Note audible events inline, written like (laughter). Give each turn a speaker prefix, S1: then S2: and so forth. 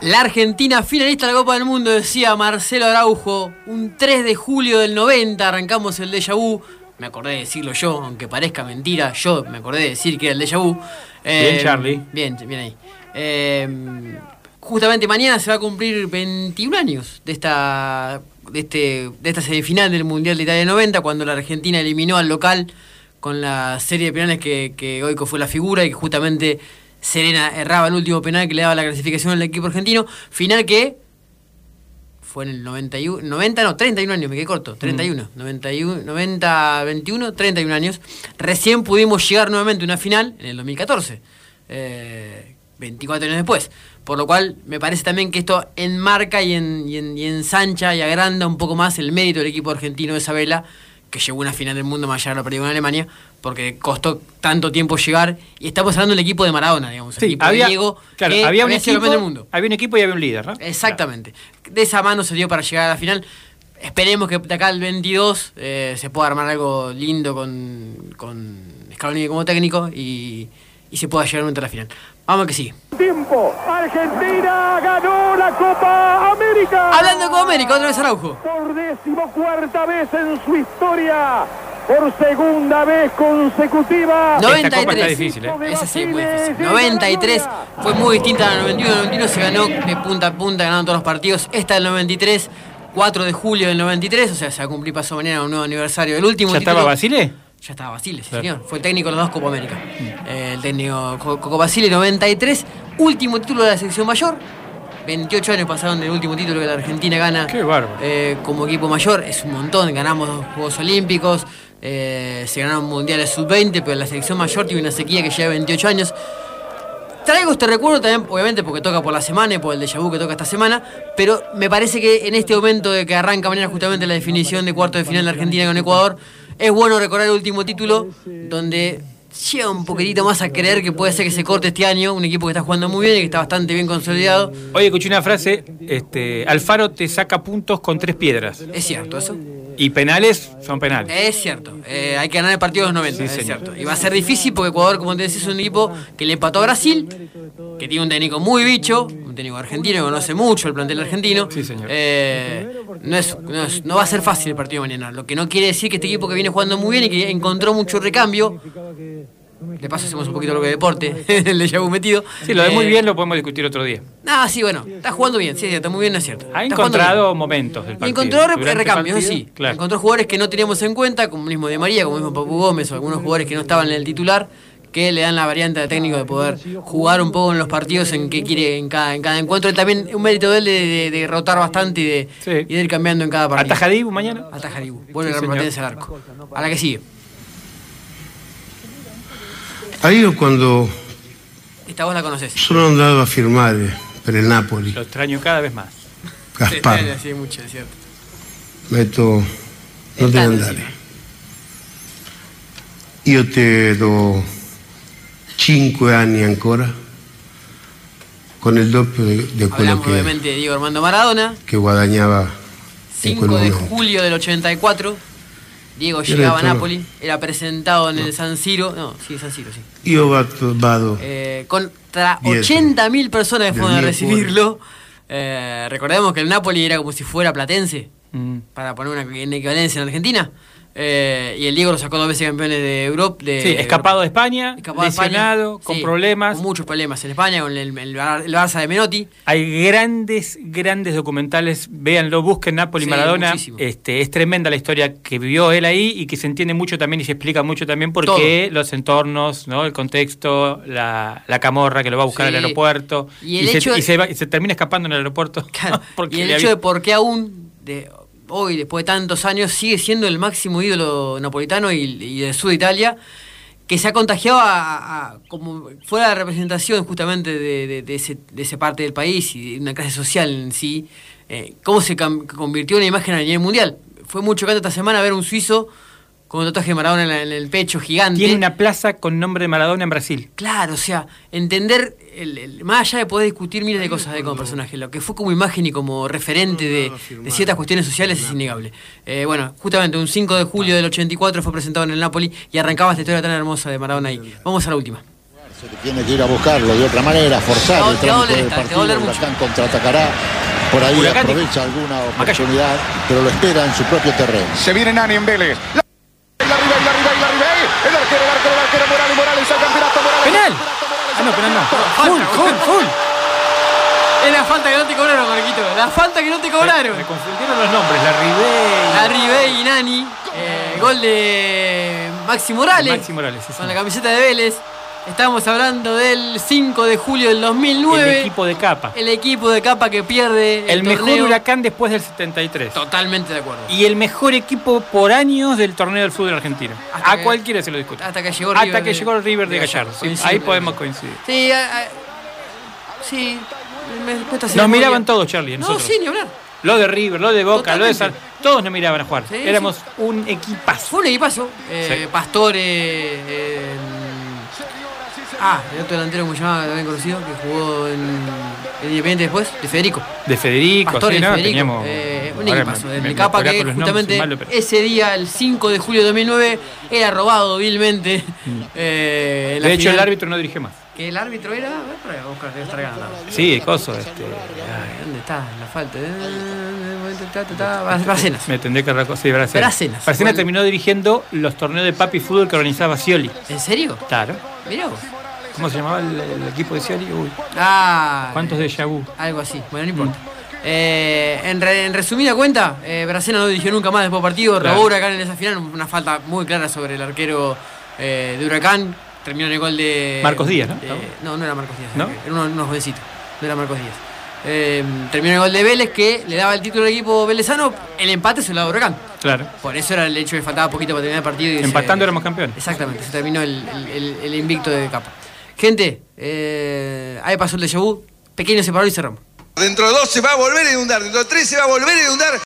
S1: La Argentina finalista de la Copa del Mundo, decía Marcelo Araujo. Un 3 de julio del 90 arrancamos el déjà vu. Me acordé de decirlo yo, aunque parezca mentira, yo me acordé de decir que era el déjà vu. Eh,
S2: Bien, Charlie.
S1: Bien, bien ahí. Eh, justamente mañana se va a cumplir 21 años de esta, de este, de esta semifinal del Mundial de Italia 90, cuando la Argentina eliminó al local con la serie de penales que, que Goico fue la figura y que justamente Serena erraba el último penal que le daba la clasificación al equipo argentino. Final que fue en el 91, 90, no, 31 años, me quedé corto, 31,
S2: Mm.
S1: 91, 90, 21, 31 años. Recién pudimos llegar nuevamente a una final en el 2014, eh, 24 años después. Por lo cual me parece también que esto enmarca y, en, y, en- y ensancha y agranda un poco más el mérito del equipo argentino de Isabela, que llegó a una final del mundo más allá de la perdió en Alemania, porque costó tanto tiempo llegar. Y estamos hablando del equipo de Maradona, digamos, el
S2: Sí,
S1: equipo
S2: había,
S1: de Diego, eh,
S2: claro,
S1: que
S2: había, un
S1: había sido
S2: equipo,
S1: campeón del mundo.
S2: había un equipo y había un líder, ¿no?
S1: Exactamente. De esa mano se dio para llegar a la final. Esperemos que de acá al 22 eh, se pueda armar algo lindo con, con Scaloni como técnico y, y se pueda llegar nuevamente a la final. Vamos que sí.
S3: Tiempo. Argentina ganó la Copa América.
S1: Hablando con América, otra vez Araujo.
S3: Por decimocuarta vez en su historia. Por segunda vez consecutiva.
S1: No,
S2: Esta copa está
S1: 93.
S2: difícil, ¿eh?
S1: Esa sí fue difícil. 93 fue muy distinta a la 91. 91 se ganó de punta a punta, ganando todos los partidos. Esta del 93, 4 de julio del 93, o sea, se va a cumplir paso mañana un nuevo aniversario. El último
S2: ¿Ya estaba
S1: título-
S2: Basile?
S1: Ya estaba Basile, sí,
S2: Claro.
S1: señor. Fue el técnico de las dos Copa América. Eh, el técnico Co- Coco Basile, 93. Último título de la selección mayor. 28 años pasaron del último título que la Argentina gana
S2: Qué bárbaro.
S1: eh, como equipo mayor. Es un montón. Ganamos dos Juegos Olímpicos, eh, se ganaron Mundiales Sub-20, pero la selección mayor tiene una sequía que lleva 28 años. Traigo este recuerdo también, obviamente, porque toca por la semana y por el déjà vu que toca esta semana, pero me parece que en este momento de que arranca mañana justamente la definición de cuarto de final de Argentina con Ecuador, es bueno recordar el último título donde lleva un poquitito más a creer que puede ser que se corte este año un equipo que está jugando muy bien y que está bastante bien consolidado.
S2: Hoy escuché una frase, este, Alfaro te saca puntos con tres piedras.
S1: Es cierto eso.
S2: Y penales son penales.
S1: Es cierto, eh, hay que ganar el partido de los 90,
S2: Sí,
S1: es
S2: señor.
S1: cierto. Y va a ser difícil porque Ecuador, como te decía, es un equipo que le empató a Brasil, que tiene un técnico muy bicho, un técnico argentino que conoce mucho el plantel argentino.
S2: Sí, señor.
S1: Eh, no, es, no, es- no va a ser fácil el partido de mañana, lo que no quiere decir que este equipo que viene jugando muy bien y que encontró mucho recambio, de paso hacemos un poquito lo que de deporte, (laughs) le llevo metido.
S2: Sí, lo de muy
S1: Eh,
S2: bien lo podemos discutir otro día.
S1: Ah, sí, bueno, está jugando bien, sí, está muy bien, no es cierto.
S2: Ha
S1: Está jugando bien.
S2: encontrado momentos del partido.
S1: Encontró re-
S2: Durante el
S1: recambios, eso
S2: partido,
S1: sí.
S2: Claro.
S1: Encontró jugadores que no teníamos en cuenta, como mismo De María, como mismo Papu Gómez, o algunos jugadores que no estaban en el titular, que le dan la variante al técnico de poder jugar un poco en los partidos en que quiere en cada, en cada encuentro. Y también un mérito de él de, de- de rotar bastante y de,
S2: Sí.
S1: y de ir cambiando en cada partido.
S2: ¿Atajadibu mañana?
S1: Atajaribu. Vuelve
S2: Sí,
S1: la
S2: señor.
S1: permanencia al arco. A la que sigue.
S4: Ahí es cuando
S1: Esta vos la conocés.
S4: solo han dado a firmar eh, per el Napoli,
S2: Lo extraño cada vez más.
S4: Gaspar,
S1: Sí, mucho, es cierto.
S4: Beto, non
S1: Está
S4: devi
S1: encima.
S4: andare. Io te do cinque anni ancora con il doppio de, de quello
S1: Hablamos
S4: che,
S1: obviamente de Diego Armando Maradona,
S4: che guadagnava. En
S1: 5 de
S4: Colombia.
S1: julio del 84. Diego
S4: Era
S1: llegaba a
S4: de Toro.
S1: Nápoles, era presentado en el San Siro, no, sí, San Siro, sí.
S4: Io vado, vado
S1: Eh, contra
S4: Ah. Diez.
S1: 80.000 personas que
S4: Dios
S1: fueron a
S4: mío,
S1: recibirlo. Eh, recordemos que el Napoli era como si fuera platense,
S2: Mm.
S1: para poner una en equivalencia en Argentina. Eh, y el Diego lo sacó dos veces campeones de Europa. De,
S2: Sí, escapado de España,
S1: Eh, escapado de España.
S2: lesionado, con
S1: Sí,
S2: problemas.
S1: Con muchos problemas en España, con el, el Bar- el Barça de Menotti.
S2: Hay grandes, grandes documentales. Véanlo, busquen Napoli
S1: Sí,
S2: Maradona.
S1: muchísimo.
S2: Este, es tremenda la historia que vivió él ahí y que se entiende mucho también y se explica mucho también por
S1: Todo.
S2: qué los entornos, ¿no? el contexto, la, la camorra que lo va a buscar
S1: Sí.
S2: al aeropuerto.
S1: Y el
S2: se,
S1: hecho de-
S2: y se va- y se termina escapando en el aeropuerto.
S1: (laughs)
S2: (laughs)
S1: Claro,
S2: porque
S1: y el
S2: le
S1: hecho de
S2: avisa-
S1: por qué aún, de hoy, después de tantos años, sigue siendo el máximo ídolo napolitano y, y de sur de Italia, que se ha contagiado a, a- como fuera de representación justamente de, de- de ese, de esa parte del país y de una clase social en sí, eh, cómo se cam- convirtió en una imagen a nivel mundial. Fue muy chocante esta semana ver un suizo con un tatuaje de Maradona en, la- en el pecho gigante.
S2: Tiene una plaza con nombre de Maradona en Brasil.
S1: Claro, o sea, entender, el, el- más allá de poder discutir miles de cosas de como personaje, lo que fue como imagen y como referente de, de ciertas cuestiones sociales es innegable. Eh, bueno, justamente un 5 de julio del 84 fue presentado en el Napoli y arrancaba esta historia tan hermosa de Maradona ahí. Vamos a la última.
S5: Se tiene que ir a buscarlo de otra manera, forzar
S1: Te va-
S5: el
S1: te va a
S5: trámite
S1: doler
S5: del
S1: esta, te va a
S5: partido.
S1: doler
S5: Huracán contraatacará. Por ahí
S2: Huracán-
S5: aprovecha alguna
S2: Macayo.
S5: oportunidad, pero lo espera en su propio terreno.
S6: Se viene Nani en Vélez. La y la arriba, y la arriba, y la arriba. eh. El arquero, el arquero, el arquero. Morales, Morales, al campeonato, Morales.
S2: ¡Penal!
S6: campeonato, Morales,
S2: Ah, no,
S6: al campeonato.
S2: penal no. Full, full, full.
S1: Es la falta que no te cobraron, Marquito. La falta que no te cobraron.
S2: Eh, Me, me confundieron los nombres, la Ribey.
S1: Arribé y Nani. eh, gol de Maxi Morales.
S2: De Maxi Morales, sí,
S1: Con
S2: sí.
S1: la camiseta de Vélez. Estábamos hablando del 5 de julio del 2009.
S2: El equipo de capa.
S1: El equipo de capa que pierde el,
S2: El, mejor
S1: torneo.
S2: huracán después del 73.
S1: Totalmente de acuerdo.
S2: Y el mejor equipo por años del torneo del fútbol argentino.
S1: Hasta
S2: a
S1: que-
S2: cualquiera se lo discute.
S1: hasta que llegó
S2: Hasta
S1: River
S2: que
S1: de-
S2: llegó el River de
S1: de Gallardo.
S2: Gallardo. sí.
S1: Coincido.
S2: ahí podemos coincidir.
S1: Sí, a- a- sí. Me cuesta hacer
S2: Nos
S1: memoria.
S2: miraban todos, Charlie,
S1: No,
S2: nosotros.
S1: sí, ni hablar.
S2: Lo de River, lo de Boca, lo de San...
S1: Totalmente.
S2: Todos nos miraban a jugar.
S1: Sí,
S2: Éramos
S1: sí.
S2: un equipazo.
S1: Fue un equipazo. Eh,
S2: Sí.
S1: Pastore. eh, ah, el otro delantero muy llamado, también conocido, que jugó en, en Independiente después, de Federico.
S2: De Federico,
S1: Pastore,
S2: sí,
S1: de
S2: ¿no?
S1: Federico.
S2: Teníamos...
S1: eh, un
S2: Ahora
S1: equipazo.
S2: me-
S1: El
S2: me- me
S1: Capa
S2: acordás
S1: que
S2: con los nombres,
S1: justamente
S2: malo, pero-
S1: ese día, el 5 de julio de 2009, era robado vilmente. (laughs) eh, en la
S2: Mm. De hecho, el
S1: final.
S2: árbitro no dirige más.
S1: Que el árbitro era. A ver, pará, Oscar, debe estar ganando.
S2: Sí, coso. Este...
S1: Ay, ¿Dónde está la falta? Eh, ta, ta, ta, Bar- Barcenas.
S2: Me tendría que recordar. Sí, Bracenas.
S1: Bracenas. Fue el-
S2: terminó dirigiendo los torneos de papi fútbol que organizaba Scioli.
S1: ¿En serio?
S2: Claro.
S1: Mirá vos.
S2: ¿Cómo se llamaba el, el equipo de Scioli? Uy,
S1: Ah,
S2: ¿cuántos de Yagú?
S1: Algo así, bueno, no importa. Eh, en, re- en resumida cuenta, eh, Bracena no dirigió nunca más después del partido.
S2: Claro.
S1: Robó Huracán en esa final, una falta muy clara sobre el arquero eh, de Huracán. Terminó en el gol de.
S2: Marcos Díaz, ¿no?
S1: de- no, no era Marcos Díaz.
S2: ¿No?
S1: Era uno, uno jovencito. No era Marcos Díaz. Eh, terminó en el gol de Vélez que le daba el título al equipo velezano. El empate se lo daba Huracán.
S2: Claro.
S1: Por eso era el hecho que faltaba poquito para terminar el partido. y
S2: Empatando
S1: se-
S2: éramos campeones.
S1: Exactamente, se terminó el, el- el- el invicto de capa. Gente, eh, ahí pasó el déjà vu. Pequeño separado y cerramos.
S7: Dentro de dos se va a volver a inundar, dentro de tres se va a volver a inundar